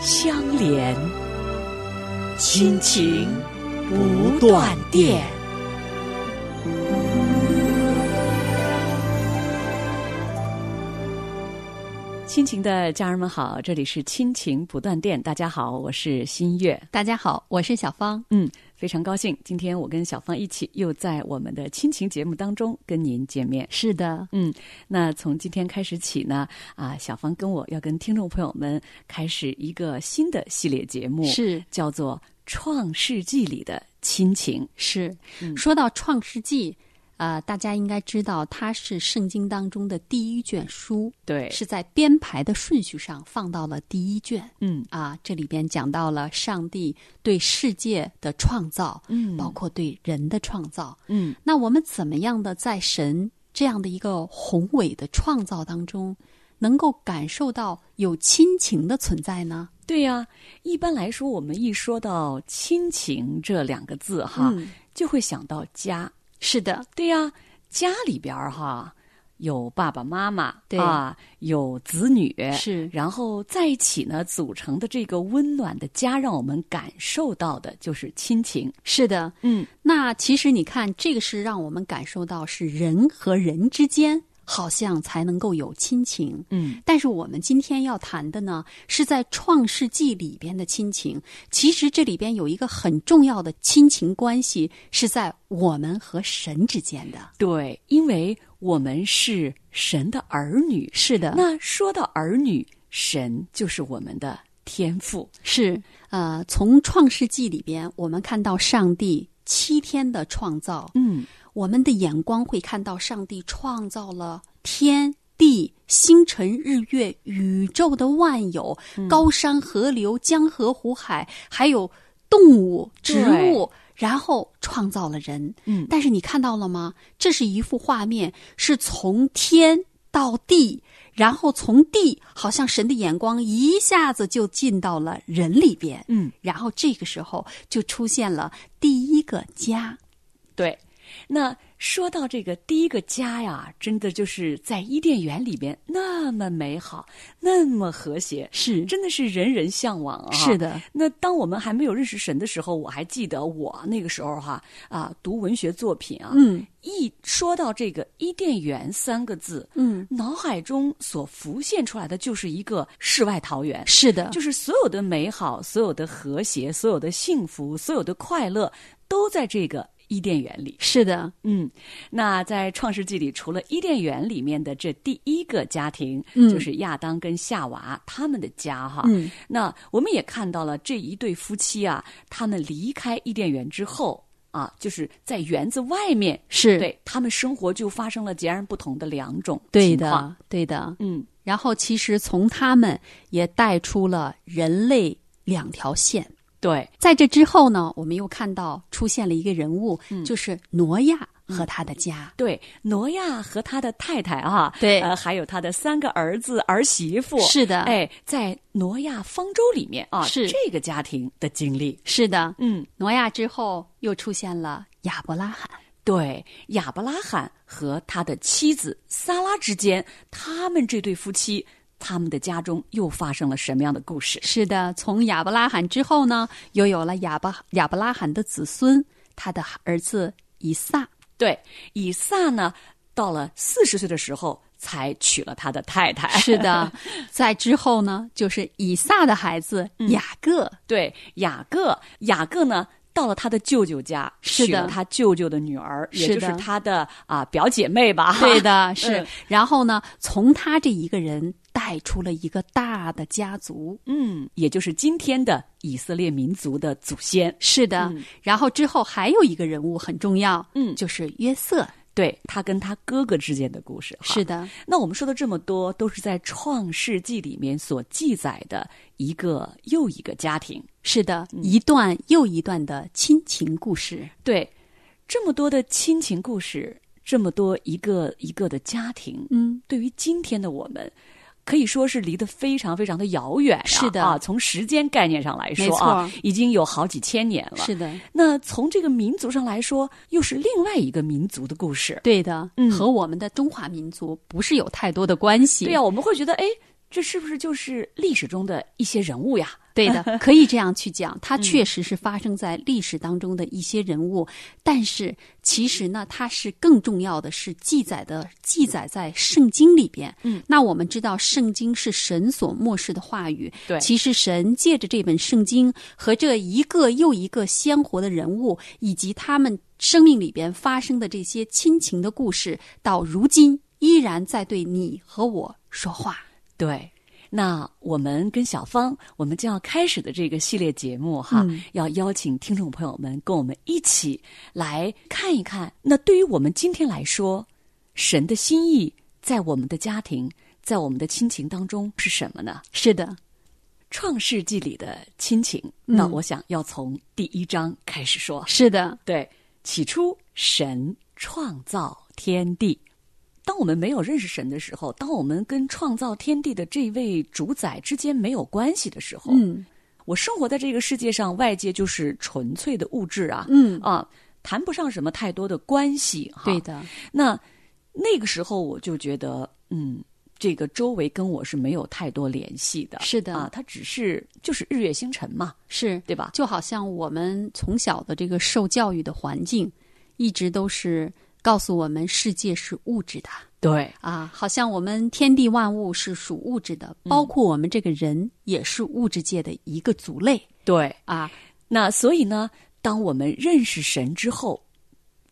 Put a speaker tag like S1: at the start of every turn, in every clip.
S1: 相连，亲情不断电。亲情的家人们好，这里是亲情不断电。大家好，我是新月。
S2: 大家好，我是小芳。
S1: 嗯，非常高兴，今天我跟小芳一起又在我们的亲情节目当中跟您见面。
S2: 是的，
S1: 嗯，那从今天开始起呢，啊，小芳跟我要跟听众朋友们开始一个新的系列节目，
S2: 是
S1: 叫做《创世纪》里的亲情。
S2: 是。
S1: 嗯
S2: 说到《创世纪》，呃，大家应该知道它是圣经当中的第一卷书，
S1: 对，
S2: 是在编排的顺序上放到了第一卷。
S1: 嗯
S2: 啊，这里边讲到了上帝对世界的创造，
S1: 嗯
S2: 包括对人的创造。
S1: 嗯
S2: 那我们怎么样的在神这样的一个宏伟的创造当中，能够感受到有亲情的存在呢？
S1: 对呀、一般来说，我们一说到亲情这两个字哈，
S2: 嗯
S1: 就会想到家。
S2: 是的，
S1: 对呀、家里边儿哈有爸爸妈妈，
S2: 对
S1: 啊，有子女，
S2: 是
S1: 然后在一起呢组成的这个温暖的家，让我们感受到的就是亲情。
S2: 是的，
S1: 嗯，
S2: 那其实你看，这个是让我们感受到是人和人之间好像才能够有亲情。
S1: 嗯，
S2: 但是我们今天要谈的呢，是在《创世纪》里边的亲情。其实这里边有一个很重要的亲情关系，是在我们和神之间的。
S1: 对，因为我们是神的儿女。
S2: 是的
S1: 那说到儿女，神就是我们的天父。
S2: 是呃，从《创世纪》里边，我们看到上帝七天的创造，
S1: 嗯，
S2: 我们的眼光会看到上帝创造了天地、星辰、日月、宇宙的万有，高山、河流、江河、湖海，还有动物、植物。然后创造了人，
S1: 嗯
S2: 但是你看到了吗？这是一幅画面，是从天到地，然后从地，好像神的眼光一下子就进到了人里边，
S1: 嗯，
S2: 然后这个时候就出现了第一个家，
S1: 对，那说到这个第一个家呀，真的就是在伊甸园里边那么美好，那么和谐，
S2: 是
S1: 真的是人人向往啊。
S2: 是。的，
S1: 那当我们还没有认识神的时候，我还记得我那个时候哈啊读文学作品啊，
S2: 嗯
S1: 一说到这个伊甸园三个字，
S2: 嗯，
S1: 脑海中所浮现出来的就是一个世外桃源，
S2: 是的，
S1: 就是所有的美好、所有的和谐、所有的幸福、所有的快乐，都在这个伊甸园里。
S2: 是的，
S1: 嗯，那在《创世纪》里，除了伊甸园里面的这第一个家庭，
S2: 嗯
S1: 就是亚当跟夏娃他们的家哈。
S2: 嗯
S1: 那我们也看到了这一对夫妻啊，他们离开伊甸园之后啊，就是在园子外面，
S2: 是
S1: 对他们生活就发生了截然不同的两种
S2: 对
S1: 情况。
S2: 的，对的。
S1: 嗯，
S2: 然后其实从他们也带出了人类两条线。
S1: 对，
S2: 在这之后呢，我们又看到出现了一个人物，
S1: 嗯
S2: 就是挪亚和他的家。
S1: 对，挪亚和他的太太啊，
S2: 对
S1: 呃，还有他的三个儿子儿媳妇，
S2: 是的
S1: 哎，在挪亚方舟里面啊，
S2: 是
S1: 这个家庭的经历，
S2: 是的，
S1: 嗯，
S2: 挪亚之后又出现了亚伯拉罕。
S1: 对，亚伯拉罕和他的妻子撒拉之间，他们这对夫妻，他们的家中又发生了什么样的故事？
S2: 是的，从亚伯拉罕之后呢，又有了亚伯亚伯拉罕的子孙，他的儿子以撒。
S1: 对，以撒呢，到了四十岁的时候才娶了他的太太，
S2: 是的，在之后呢，就是以撒的孩子雅各。
S1: 对，雅各，雅各呢，到了他的舅舅家，
S2: 是
S1: 娶
S2: 的
S1: 了他舅舅的女儿，也
S2: 是
S1: 就是
S2: 的
S1: 他的啊、表姐妹吧？
S2: 对，的，是
S1: 嗯。
S2: 啊然后呢，从他这一个人带出了一个大的家族。
S1: 嗯，也就是今天的以色列民族的祖先。
S2: 嗯是的，然后之后还有一个人物很重要，
S1: 嗯
S2: 就是约瑟。啊
S1: 对他跟他哥哥之间的故事。哈
S2: 是。的，
S1: 那我们说的这么多，都是在《创世纪》里面所记载的一个又一个家庭。
S2: 是的，一段又一段的亲情故事。
S1: 对，这么多的亲情故事，这么多一个一个的家庭，
S2: 嗯，
S1: 对于今天的我们，可以说是离得非常非常的遥远、啊。
S2: 是的
S1: 啊，从时间概念上来
S2: 没
S1: 说
S2: 错
S1: 啊，已经有好几千年了。
S2: 是的，
S1: 那从这个民族上来说，又是另外一个民族的故事。
S2: 对的，
S1: 嗯
S2: 和我们的中华民族不是有太多的关系。
S1: 对呀、我们会觉得，哎，这是不是就是历史中的一些人物呀？
S2: 对的，可以这样去讲，
S1: 嗯
S2: 它确实是发生在历史当中的一些人物，但是其实呢，它是更重要的是记载的记载在圣经里边。
S1: 嗯，
S2: 那我们知道圣经是神所漠视的话语，
S1: 对
S2: 其实神借着这本圣经和这一个又一个鲜活的人物，以及他们生命里边发生的这些亲情的故事，到如今依然在对你和我说话。
S1: 对，那我们跟小芳，我们将要开始的这个系列节目哈，
S2: 嗯
S1: 要邀请听众朋友们跟我们一起来看一看。那对于我们今天来说，神的心意在我们的家庭，在我们的亲情当中是什么呢？
S2: 是的，
S1: 《创世纪》里的亲情，
S2: 嗯
S1: 那我想要从第一章开始说。
S2: 是的，
S1: 对，起初神创造天地。当我们没有认识神的时候，当我们跟创造天地的这位主宰之间没有关系的时候，
S2: 嗯
S1: 我生活在这个世界上，外界就是纯粹的物质啊，
S2: 嗯，
S1: 啊，谈不上什么太多的关系哈。
S2: 对的。
S1: 那那个时候我就觉得，嗯，这个周围跟我是没有太多联系的，
S2: 是的
S1: 啊，它只是就是日月星辰嘛，
S2: 是，
S1: 对吧？
S2: 就好像我们从小的这个受教育的环境，一直都是告诉我们世界是物质的
S1: 对，
S2: 啊，好像我们天地万物是属物质的，
S1: 嗯
S2: 包括我们这个人也是物质界的一个族类
S1: 对，
S2: 啊。
S1: 那所以呢，当我们认识神之后，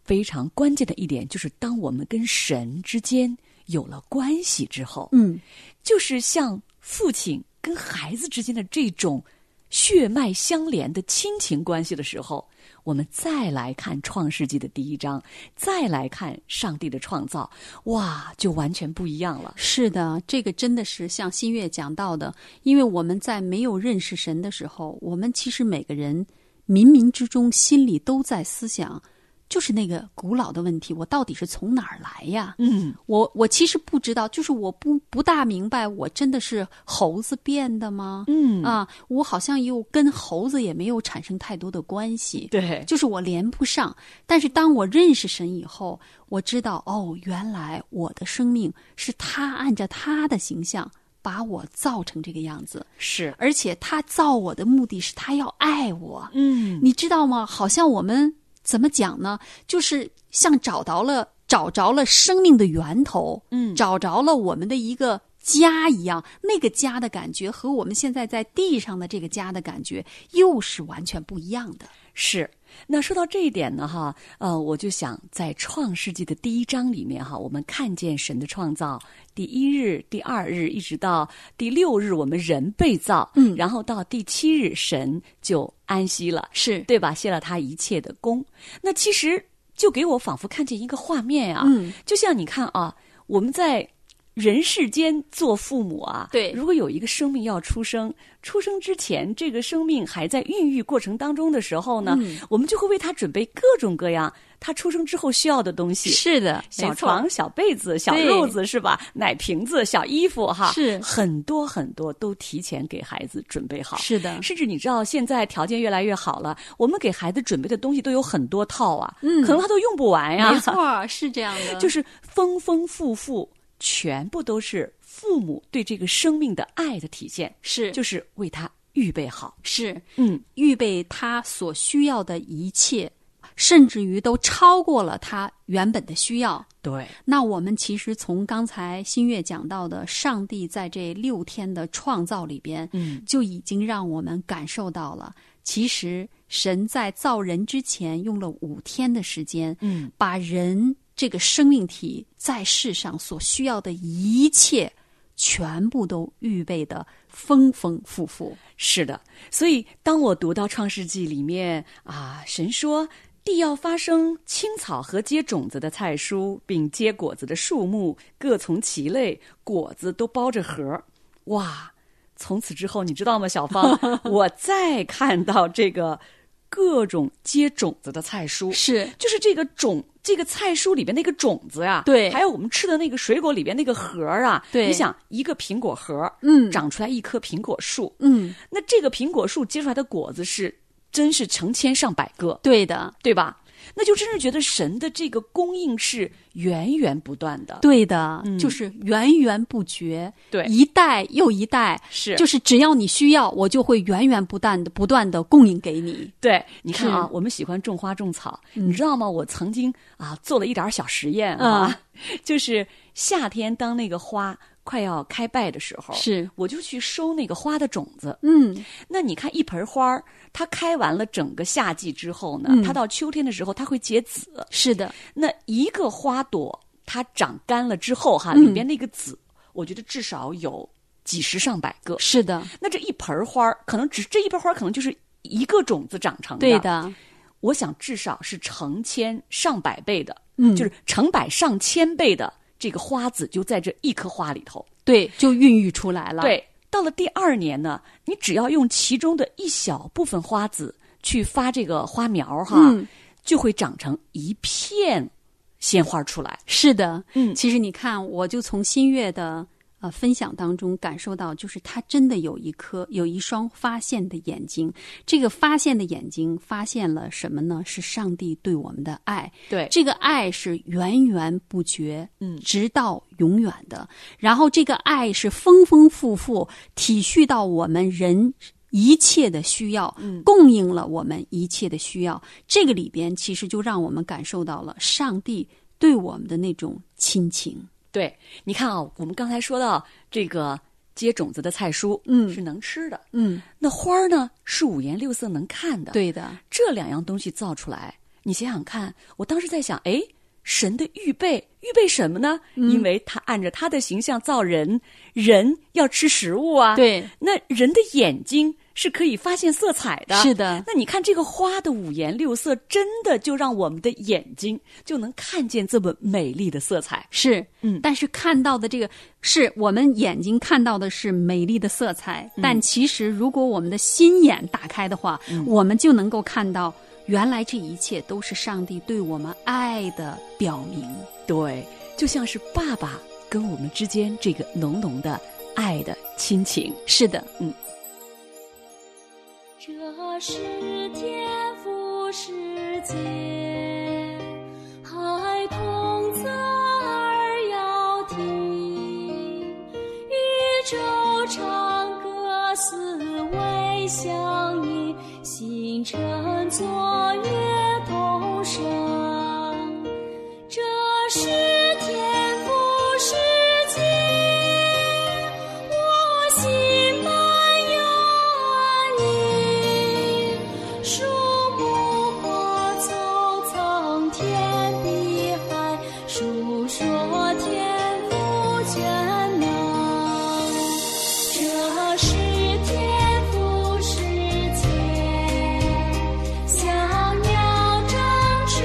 S1: 非常关键的一点就是，当我们跟神之间有了关系之后，
S2: 嗯，
S1: 就是像父亲跟孩子之间的这种血脉相连的亲情关系的时候，我们再来看《创世纪》的第一章，再来看上帝的创造，哇，就完全不一样了。
S2: 是的，这个真的是像新月讲到的，因为我们在没有认识神的时候，我们其实每个人冥冥之中心里都在思想，就是那个古老的问题：我到底是从哪儿来呀？
S1: 嗯，
S2: 我我其实不知道，就是我不不大明白，我真的是猴子变的吗？
S1: 嗯
S2: 啊，我好像又跟猴子也没有产生太多的关系，
S1: 对，
S2: 就是我连不上。但是当我认识神以后，我知道哦，原来我的生命是他按照他的形象把我造成这个样子，
S1: 是，
S2: 而且他造我的目的是他要爱我，
S1: 嗯，
S2: 你知道吗？好像我们怎么讲呢？就是像找到了找着了生命的源头，
S1: 嗯
S2: 找着了我们的一个家一样，那个家的感觉和我们现在在地上的这个家的感觉又是完全不一样的。
S1: 是。那说到这一点呢，哈，呃，我就想在《创世纪》的第一章里面，哈，我们看见神的创造，第一日、第二日，一直到第六日，我们人被造，
S2: 嗯
S1: 然后到第七日，神就安息了，
S2: 是
S1: 对吧？卸了他一切的功。那其实就给我仿佛看见一个画面啊，
S2: 嗯，
S1: 就像你看啊，我们在人世间做父母啊，
S2: 对
S1: 如果有一个生命要出生，出生之前，这个生命还在孕育过程当中的时候呢，
S2: 嗯
S1: 我们就会为他准备各种各样他出生之后需要的东西。
S2: 是的，
S1: 小床、小被子、小
S2: 对
S1: 褥子是吧？奶瓶子、小衣服哈，
S2: 是
S1: 很多很多都提前给孩子准备好。
S2: 是的，
S1: 甚至你知道，现在条件越来越好了，我们给孩子准备的东西都有很多套啊，
S2: 嗯
S1: 可能他都用不完呀。
S2: 没错，是这样的，
S1: 就是是丰丰富富，全部都是父母对这个生命的爱的体现，
S2: 是
S1: 就是是为他预备好。
S2: 是
S1: 嗯，
S2: 预备他所需要的一切，甚至于都超过了他原本的需要。
S1: 对，
S2: 那我们其实从刚才新月讲到的，上帝在这六天的创造里边，
S1: 嗯，
S2: 就已经让我们感受到了，其实神在造人之前用了五天的时间，
S1: 嗯，
S2: 把人这个生命体在世上所需要的一切，全部都预备的丰丰富富。
S1: 是的。所以当我读到《创世纪》里面啊，神说地要发生青草和结种子的菜蔬，并结果子的树木各从其类，果子都包着核儿。哇！从此之后，你知道吗，小芳， 我再看到这个各种结种子的菜蔬，
S2: 是
S1: 就是这个种，这个菜蔬里边那个种子呀、
S2: 对
S1: 还有我们吃的那个水果里边那个核儿啊，
S2: 对
S1: 你想一个苹果核儿，
S2: 嗯
S1: 长出来一棵苹果树，
S2: 嗯，
S1: 那这个苹果树结出来的果子是真是成千上百个，
S2: 对的，
S1: 对吧？那就真是觉得神的这个供应是源源不断的，
S2: 对的，
S1: 嗯
S2: 就是源源不绝，
S1: 对
S2: 一代又一代，
S1: 是
S2: 就是只要你需要，我就会源源不断的不断的供应给你。
S1: 对，你看啊
S2: 是，嗯
S1: 我们喜欢种花种草，你知道吗？我曾经啊做了一点儿小实验啊，就是夏天当那个花快要开败的时候，
S2: 是
S1: 我就去收那个花的种子。
S2: 嗯，
S1: 那你看一盆花儿，它开完了整个夏季之后呢，
S2: 嗯
S1: 它到秋天的时候它会结籽。
S2: 是的，
S1: 那一个花朵它长干了之后哈，
S2: 嗯
S1: 里边那个籽，我觉得至少有几十上百个。
S2: 是的，
S1: 那这一盆花儿，可能只这一盆花儿可能就是一个种子长成的。
S2: 对的，
S1: 我想至少是成千上百倍的，
S2: 嗯
S1: 就是成百上千倍的这个花籽就在这一颗花里头。
S2: 对，就孕育出来了。，
S1: 对，到了第二年呢，你只要用其中的一小部分花籽去发这个花苗儿哈，
S2: 嗯
S1: 就会长成一片鲜花出来。
S2: 是的，
S1: 嗯
S2: 其实你看，我就从新月的呃分享当中感受到，就是他真的有一颗有一双发现的眼睛。这个发现的眼睛发现了什么呢？是上帝对我们的爱。
S1: 对
S2: 这个爱是源源不绝，
S1: 嗯
S2: 直到永远的。然后这个爱是丰丰富富，体恤到我们人。一切的需要，供应了我们一切的需要。这个里边其实就让我们感受到了上帝对我们的那种亲情。
S1: 对，你看啊，我们刚才说到这个结种子的菜蔬，
S2: 嗯
S1: 是能吃的，
S2: 嗯，
S1: 那花儿呢是五颜六色能看的，
S2: 对的，
S1: 这两样东西造出来，你想想看，我当时在想，哎，神的预备，预备什么呢？
S2: 嗯
S1: 因为他按着他的形象造人，人要吃食物啊。，
S2: 对，
S1: 那人的眼睛是可以发现色彩的。
S2: 是。的，
S1: 那你看这个花的五颜六色，真的就让我们的眼睛就能看见这么美丽的色彩。
S2: 是，
S1: 嗯
S2: 但是看到的这个是我们眼睛看到的是美丽的色彩，但其实如果我们的心眼打开的话，我们就能够看到，原来这一切都是上帝对我们爱的表明。
S1: 对，就像是爸爸跟我们之间这个浓浓的爱的亲情。
S2: 是的，
S1: 嗯。
S3: 这是天赋世界，孩童侧耳要听，宇宙唱歌四维相依，星辰作乐同声。这是天赋世界，我心满有你。树木花丛苍天碧海，述说天赋全能。这是天赋世界，像鸟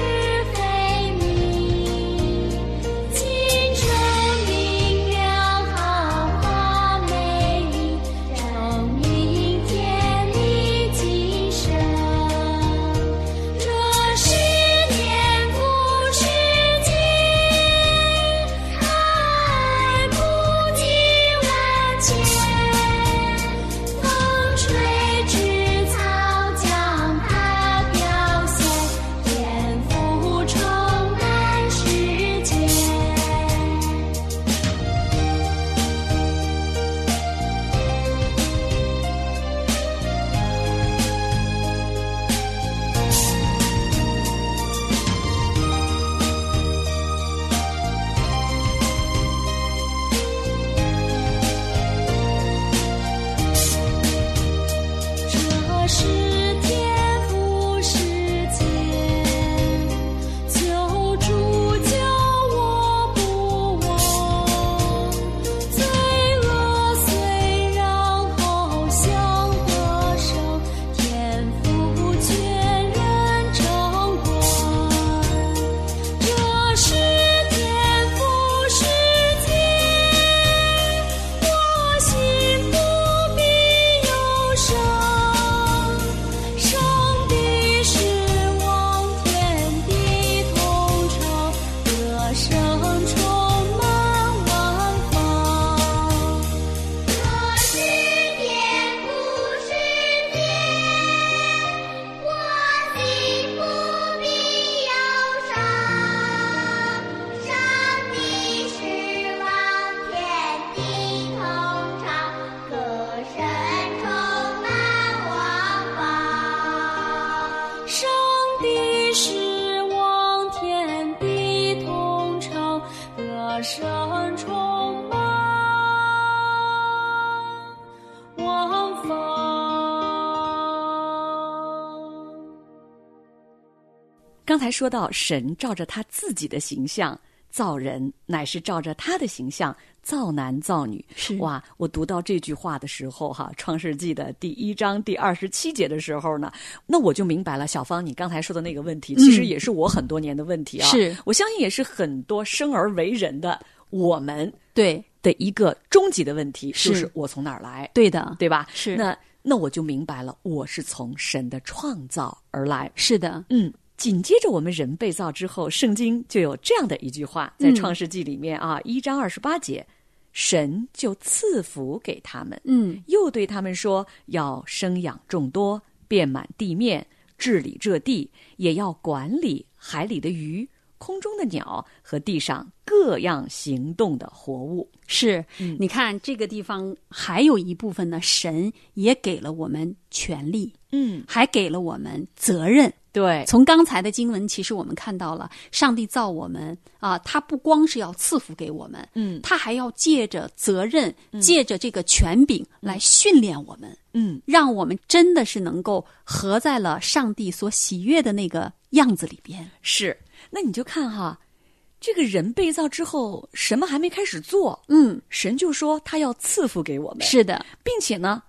S1: 刚才说到，神照着他自己的形象造人，乃是照着他的形象造男造女。
S2: 是
S1: 哇，我读到这句话的时候，哈，《创世纪》的第一章第二十七节的时候呢，那我就明白了，小芳你刚才说的那个问题，其实也是我很多年的问题啊。
S2: 嗯是
S1: 我相信也是很多生而为人的我们
S2: 对
S1: 的一个终极的问题，
S2: 是
S1: 就是我从哪儿来。
S2: 对的，
S1: 对吧？
S2: 是
S1: 那那我就明白了，我是从神的创造而来。
S2: 是的，
S1: 嗯，紧接着我们人被造之后，圣经就有这样的一句话，在
S2: 嗯
S1: 创世纪里面啊，一章二十八节，神就赐福给他们，
S2: 嗯，
S1: 又对他们说要生养众多，遍满地面，治理这地，也要管理海里的鱼。空中的鸟和地上各样行动的活物，
S2: 是。你看这个地方还有一部分呢，神也给了我们权利，
S1: 嗯，
S2: 还给了我们责任。
S1: 对，
S2: 从刚才的经文，其实我们看到了，上帝造我们啊，他不光是要赐福给我们，
S1: 嗯
S2: 他还要借着责任，借着这个权柄来训练我们，
S1: 嗯，
S2: 让我们真的是能够合在了上帝所喜悦的那个样子里边。
S1: 是，那你就看哈，这个人被造之后，什么还没开始做，
S2: 嗯，
S1: 神就说他要赐福给我们，
S2: 是的，
S1: 并且呢，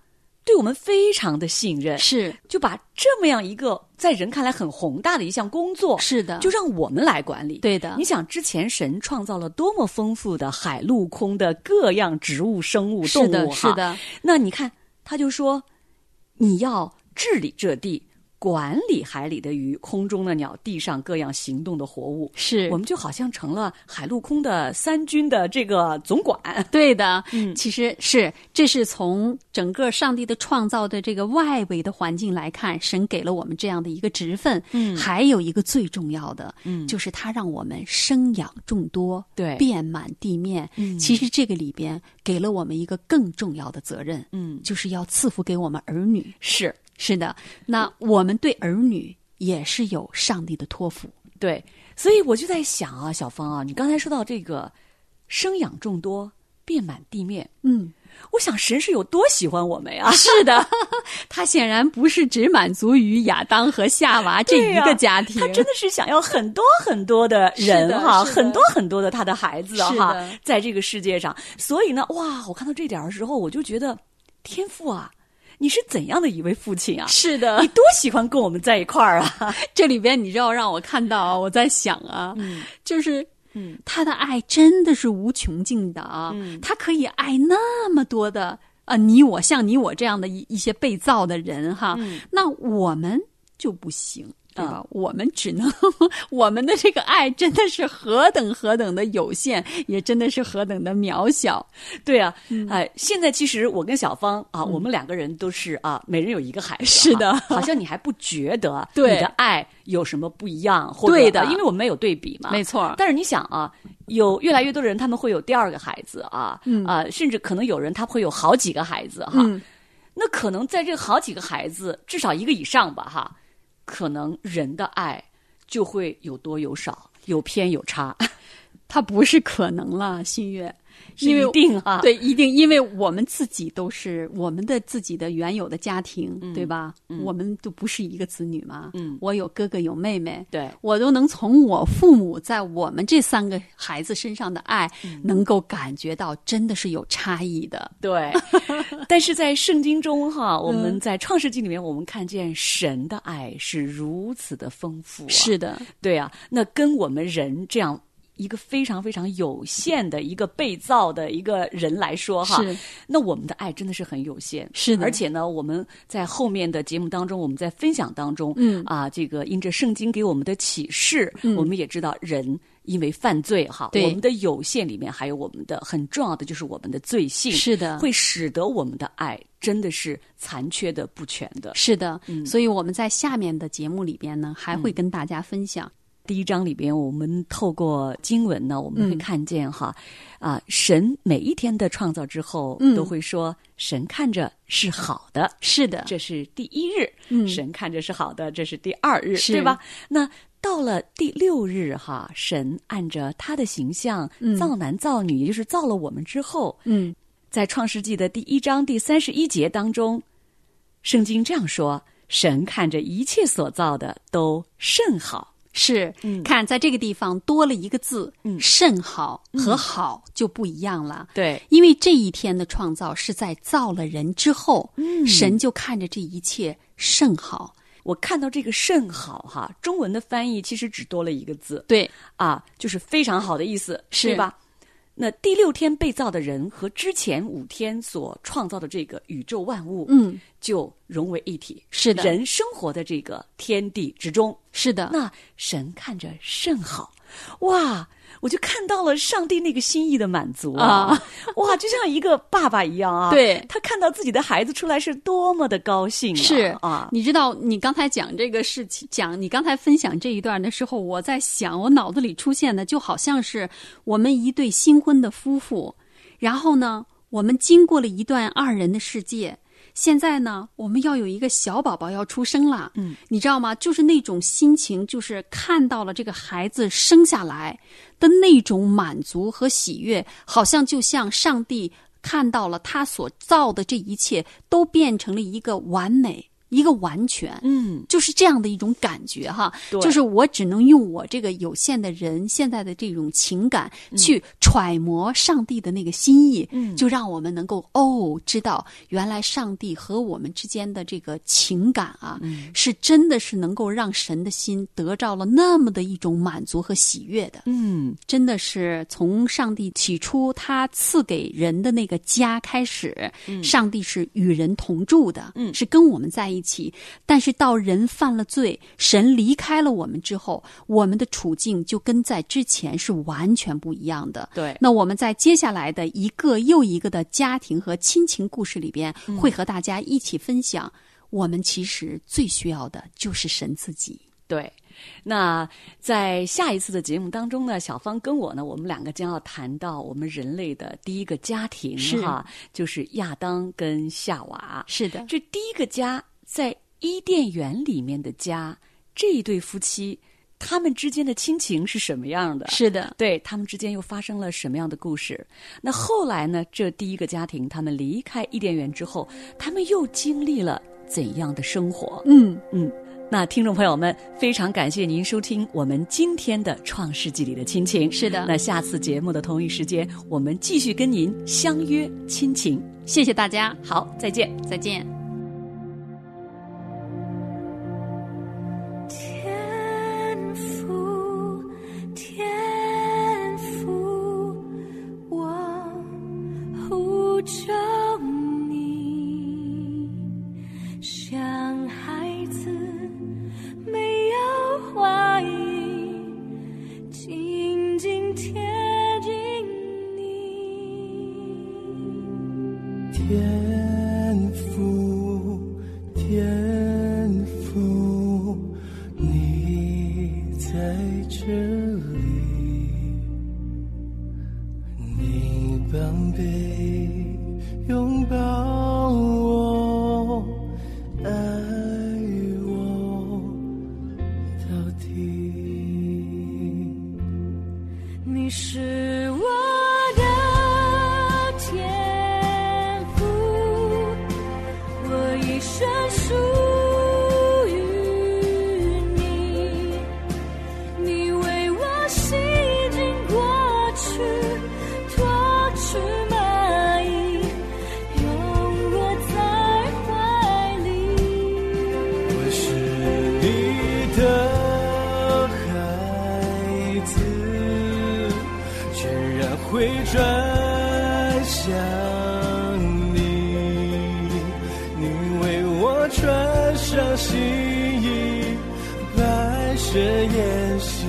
S1: 对我们非常的信任，
S2: 是
S1: 就把这么样一个在人看来很宏大的一项工作，
S2: 是的，
S1: 就让我们来管理。
S2: 对的
S1: 你想之前神创造了多么丰富的海陆空的各样植物、生物、动
S2: 是
S1: 物
S2: 的，
S1: 哈
S2: 是的，
S1: 那你看，他就说你要治理这地，管理海里的鱼、空中的鸟、地上各样行动的活物。
S2: 是
S1: 我们就好像成了海陆空的三军的这个总管。
S2: 对的，其实是这是从整个上帝的创造的这个外围的环境来看，神给了我们这样的一个职分。嗯，还有一个最重要的，嗯，就是他让我们生养众多，
S1: 对
S2: 遍满地面。嗯，其实这个里边给了我们一个更重要的责任，
S1: 嗯，
S2: 就是要赐福给我们儿女。
S1: 是
S2: 是的，那我们对儿女也是有上帝的托付。
S1: 对，所以我就在想啊，小芳啊，你刚才说到这个生养众多，遍满地面，
S2: 嗯，
S1: 我想神是有多喜欢我们 呀、
S2: 是的，他显然不是只满足于亚当和夏娃这
S1: 对
S2: 一
S1: 呀
S2: 个家 庭，
S1: 他真的是想要很多很多的人哈、
S2: 是的是的
S1: 很多很多的他的孩子啊
S2: 是
S1: 哈、
S2: 的
S1: 在这个世界上。所以呢，哇，我看到这点儿的时候，我就觉得，天父啊，你是怎样的一位父亲啊？
S2: 是的
S1: 你。多喜欢跟我们在一块儿 啊！
S2: 这里边你知道让我看到啊，我在想啊，就是。嗯，他的爱真的是无穷尽的啊！他可以爱那么多的啊、呃你我像你我这样的一一些被造的人哈，那我们就不行，嗯对吧？我们只能 我们的这个爱真的是何等何等的有限，也真的是何等的渺小。
S1: 对啊，
S2: 嗯
S1: 哎，现在其实我跟小芳啊，我们两个人都是啊，每人有一个孩子啊，
S2: 是的
S1: 好像你还不觉得你
S2: 对
S1: 的爱有什么不一样，或者
S2: 对的
S1: 因为我们没有对比嘛，
S2: 没错，
S1: 但是你想啊，有越来越多人他们会有第二个孩子啊，
S2: 嗯
S1: 啊，甚至可能有人他会有好几个孩子哈。
S2: 嗯，
S1: 那可能在这好几个孩子，至少一个以上吧哈，可能人的爱就会有多有少，有偏有差，
S2: 他不是可能了，新月，
S1: 是
S2: 因为
S1: 一定啊。
S2: 对，一定，因为我们自己都是我们的自己的原有的家庭，对吧？我们都不是一个子女嘛，
S1: 嗯
S2: 我有哥哥有妹妹，
S1: 对
S2: 我都能从我父母在我们这三个孩子身上的爱，
S1: 嗯
S2: 能够感觉到真的是有差异的，
S1: 对， 但是在圣经中哈，我
S2: 嗯
S1: 们在创世纪里面，我们看见神的爱是如此的丰富、啊，
S2: 的，
S1: 对啊，那跟我们人这样一个非常非常有限的一个被造的一个人来说哈
S2: 是，
S1: 那我们的爱真的是很有限。
S2: 是的
S1: 而且呢，我们在后面的节目当中，我们在分享当中，
S2: 嗯
S1: 啊，这个因着圣经给我们的启示，
S2: 嗯
S1: 我们也知道人。因为犯罪哈，
S2: 对
S1: 我们的有限里面还有我们的很重要的就是我们的罪性，
S2: 是的
S1: 会使得我们的爱真的是残缺的、不全的。
S2: 是的，
S1: 嗯
S2: 所以我们在下面的节目里边呢，还会跟大家分享，
S1: 第一章里边，我们透过经文呢，我们
S2: 嗯
S1: 会看见哈，啊，神每一天的创造之后，
S2: 嗯
S1: 都会说神看着是好的，
S2: 是的，
S1: 这是第一日；
S2: 嗯
S1: 神看着是好的，这是第二日，
S2: 是
S1: 对吧？那到了第六日哈，神按着他的形象
S2: 嗯
S1: 造男造女，也就是造了我们之后，
S2: 嗯，
S1: 在创世纪的第一章第三十一节当中，圣经这样说：神看着一切所造的都甚好。
S2: 是，看在这个地方多了一个字，甚好和好就不一样了。
S1: 对，
S2: 因为这一天的创造是在造了人之后，神就看着这一切甚好。
S1: 我看到这个“甚好”哈，中文的翻译其实只多了一个字
S2: 对，
S1: 啊，就是非常好的意思，
S2: 是
S1: 对吧？那第六天被造的人和之前五天所创造的这个宇宙万物，
S2: 嗯，
S1: 就融为一体。
S2: 是的嗯
S1: 人生活在这个天地之中。
S2: 是的，
S1: 那神看着甚好，哇！我就看到了上帝那个心意的满足啊，哇，就像一个爸爸一样啊，
S2: 对
S1: 他看到自己的孩子出来是多么的高兴、啊，
S2: 是
S1: 啊，
S2: 你知道，你刚才讲这个事情，讲你刚才分享这一段的时候，我在想，我脑子里出现的就好像是我们一对新婚的夫妇，然后呢，我们经过了一段二人的世界。现在呢，我们要有一个小宝宝要出生了，嗯，你知道吗？就是那种心情，就是看到了这个孩子生下来的那种满足和喜悦，好像就像上帝看到了他所造的这一切都变成了一个完美，一个完全，
S1: 嗯，
S2: 就是这样的一种感觉哈。
S1: 对
S2: 就是我只能用我这个有限的人现在的这种情感
S1: 嗯
S2: 去揣摩上帝的那个心意，嗯，就让我们能够哦知道，原来上帝和我们之间的这个情感啊，
S1: 嗯
S2: 是真的是能够让神的心得到了那么的一种满足和喜悦的。
S1: 嗯，
S2: 真的是从上帝起初他赐给人的那个家开始，上帝是与人同住的，是跟我们在一起。但是到人犯了罪，神离开了我们之后，我们的处境就跟在之前是完全不一样的。
S1: 对
S2: 那我们在接下来的一个又一个的家庭和亲情故事里边，会和大家一起分享，我们其实最需要的就是神自己。
S1: 对。那在下一次的节目当中呢，小芳跟我呢，我们两个将要谈到我们人类的第一个家庭
S2: 是
S1: 哈，就是亚当跟夏娃。
S2: 是的，
S1: 这第一个家在伊甸园里面的家，这一对夫妻他们之间的亲情是什么样的？
S2: 是的，
S1: 对他们之间又发生了什么样的故事？那后来呢？这第一个家庭他们离开伊甸园之后，他们又经历了怎样的生活？
S2: 嗯。
S1: 嗯，那听众朋友们，非常感谢您收听我们今天的《创世纪》里的亲情。
S2: 是的
S1: 那下次节目的同一时间，我们继续跟您相约亲情。
S2: 谢谢大家，
S1: 好，再见。
S2: 再见。
S3: 天赋，天赋，我呼求你，像孩子没有怀疑，紧紧贴近你。
S4: 天赋，天赋，你在这里，你宝贝拥抱我，爱我到底。
S3: 你是我的天赋，我一生属于你。你为我洗净过去，脱去蚂蚁，拥我在怀里。
S4: 我是你的孩子，全然会转向你。你为我穿上新衣，白色宴席，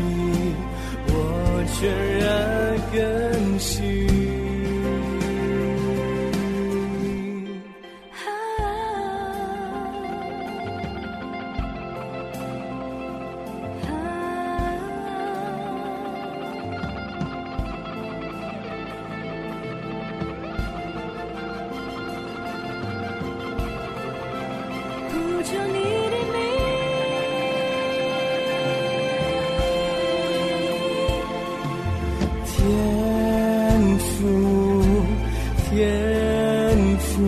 S4: 我全然更新。
S3: 啊啊呼求你的名，
S4: 天赋，天赋，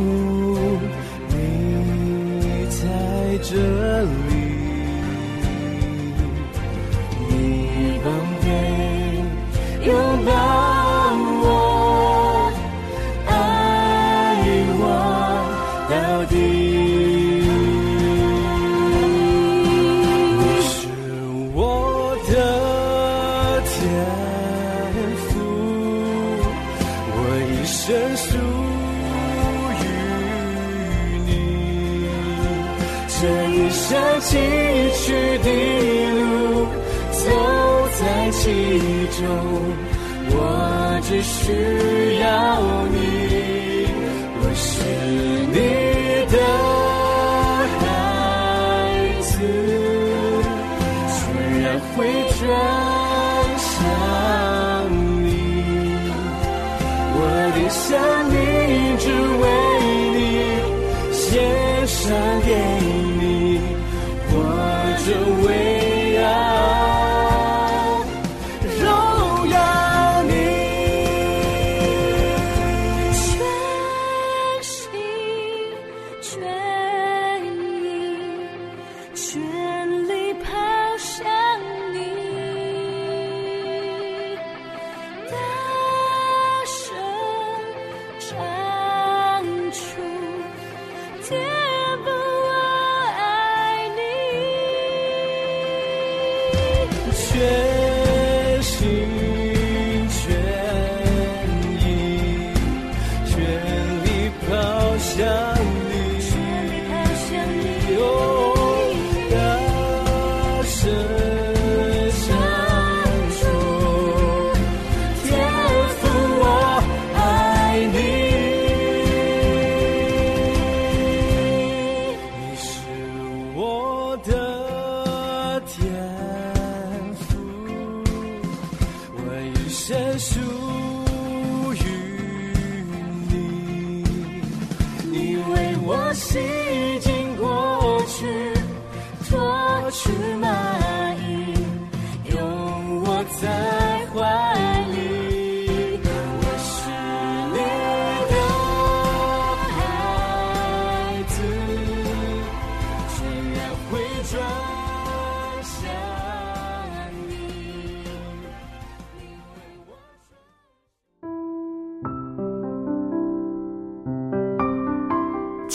S4: 你在这里，你的。你是我的天赋，我一生属于你。这一生崎岖的路，走在其中，我只需要你，我是你的孩子，虽然会转向你。我的生命只为你献上给你，活着为爱荣耀你。
S3: 全心全意全力跑向你，大声唱出天不我爱你。
S4: 全心全意，全力跑向你，
S3: 全力跑向你，
S4: 哦，大声唱出，天赋我爱你，你是我的天赋，我一生属于你。你为我洗净过去，脱去蚂蚁，拥我在怀里。我是你的孩子，虽然会转向你。你为我转
S1: 亲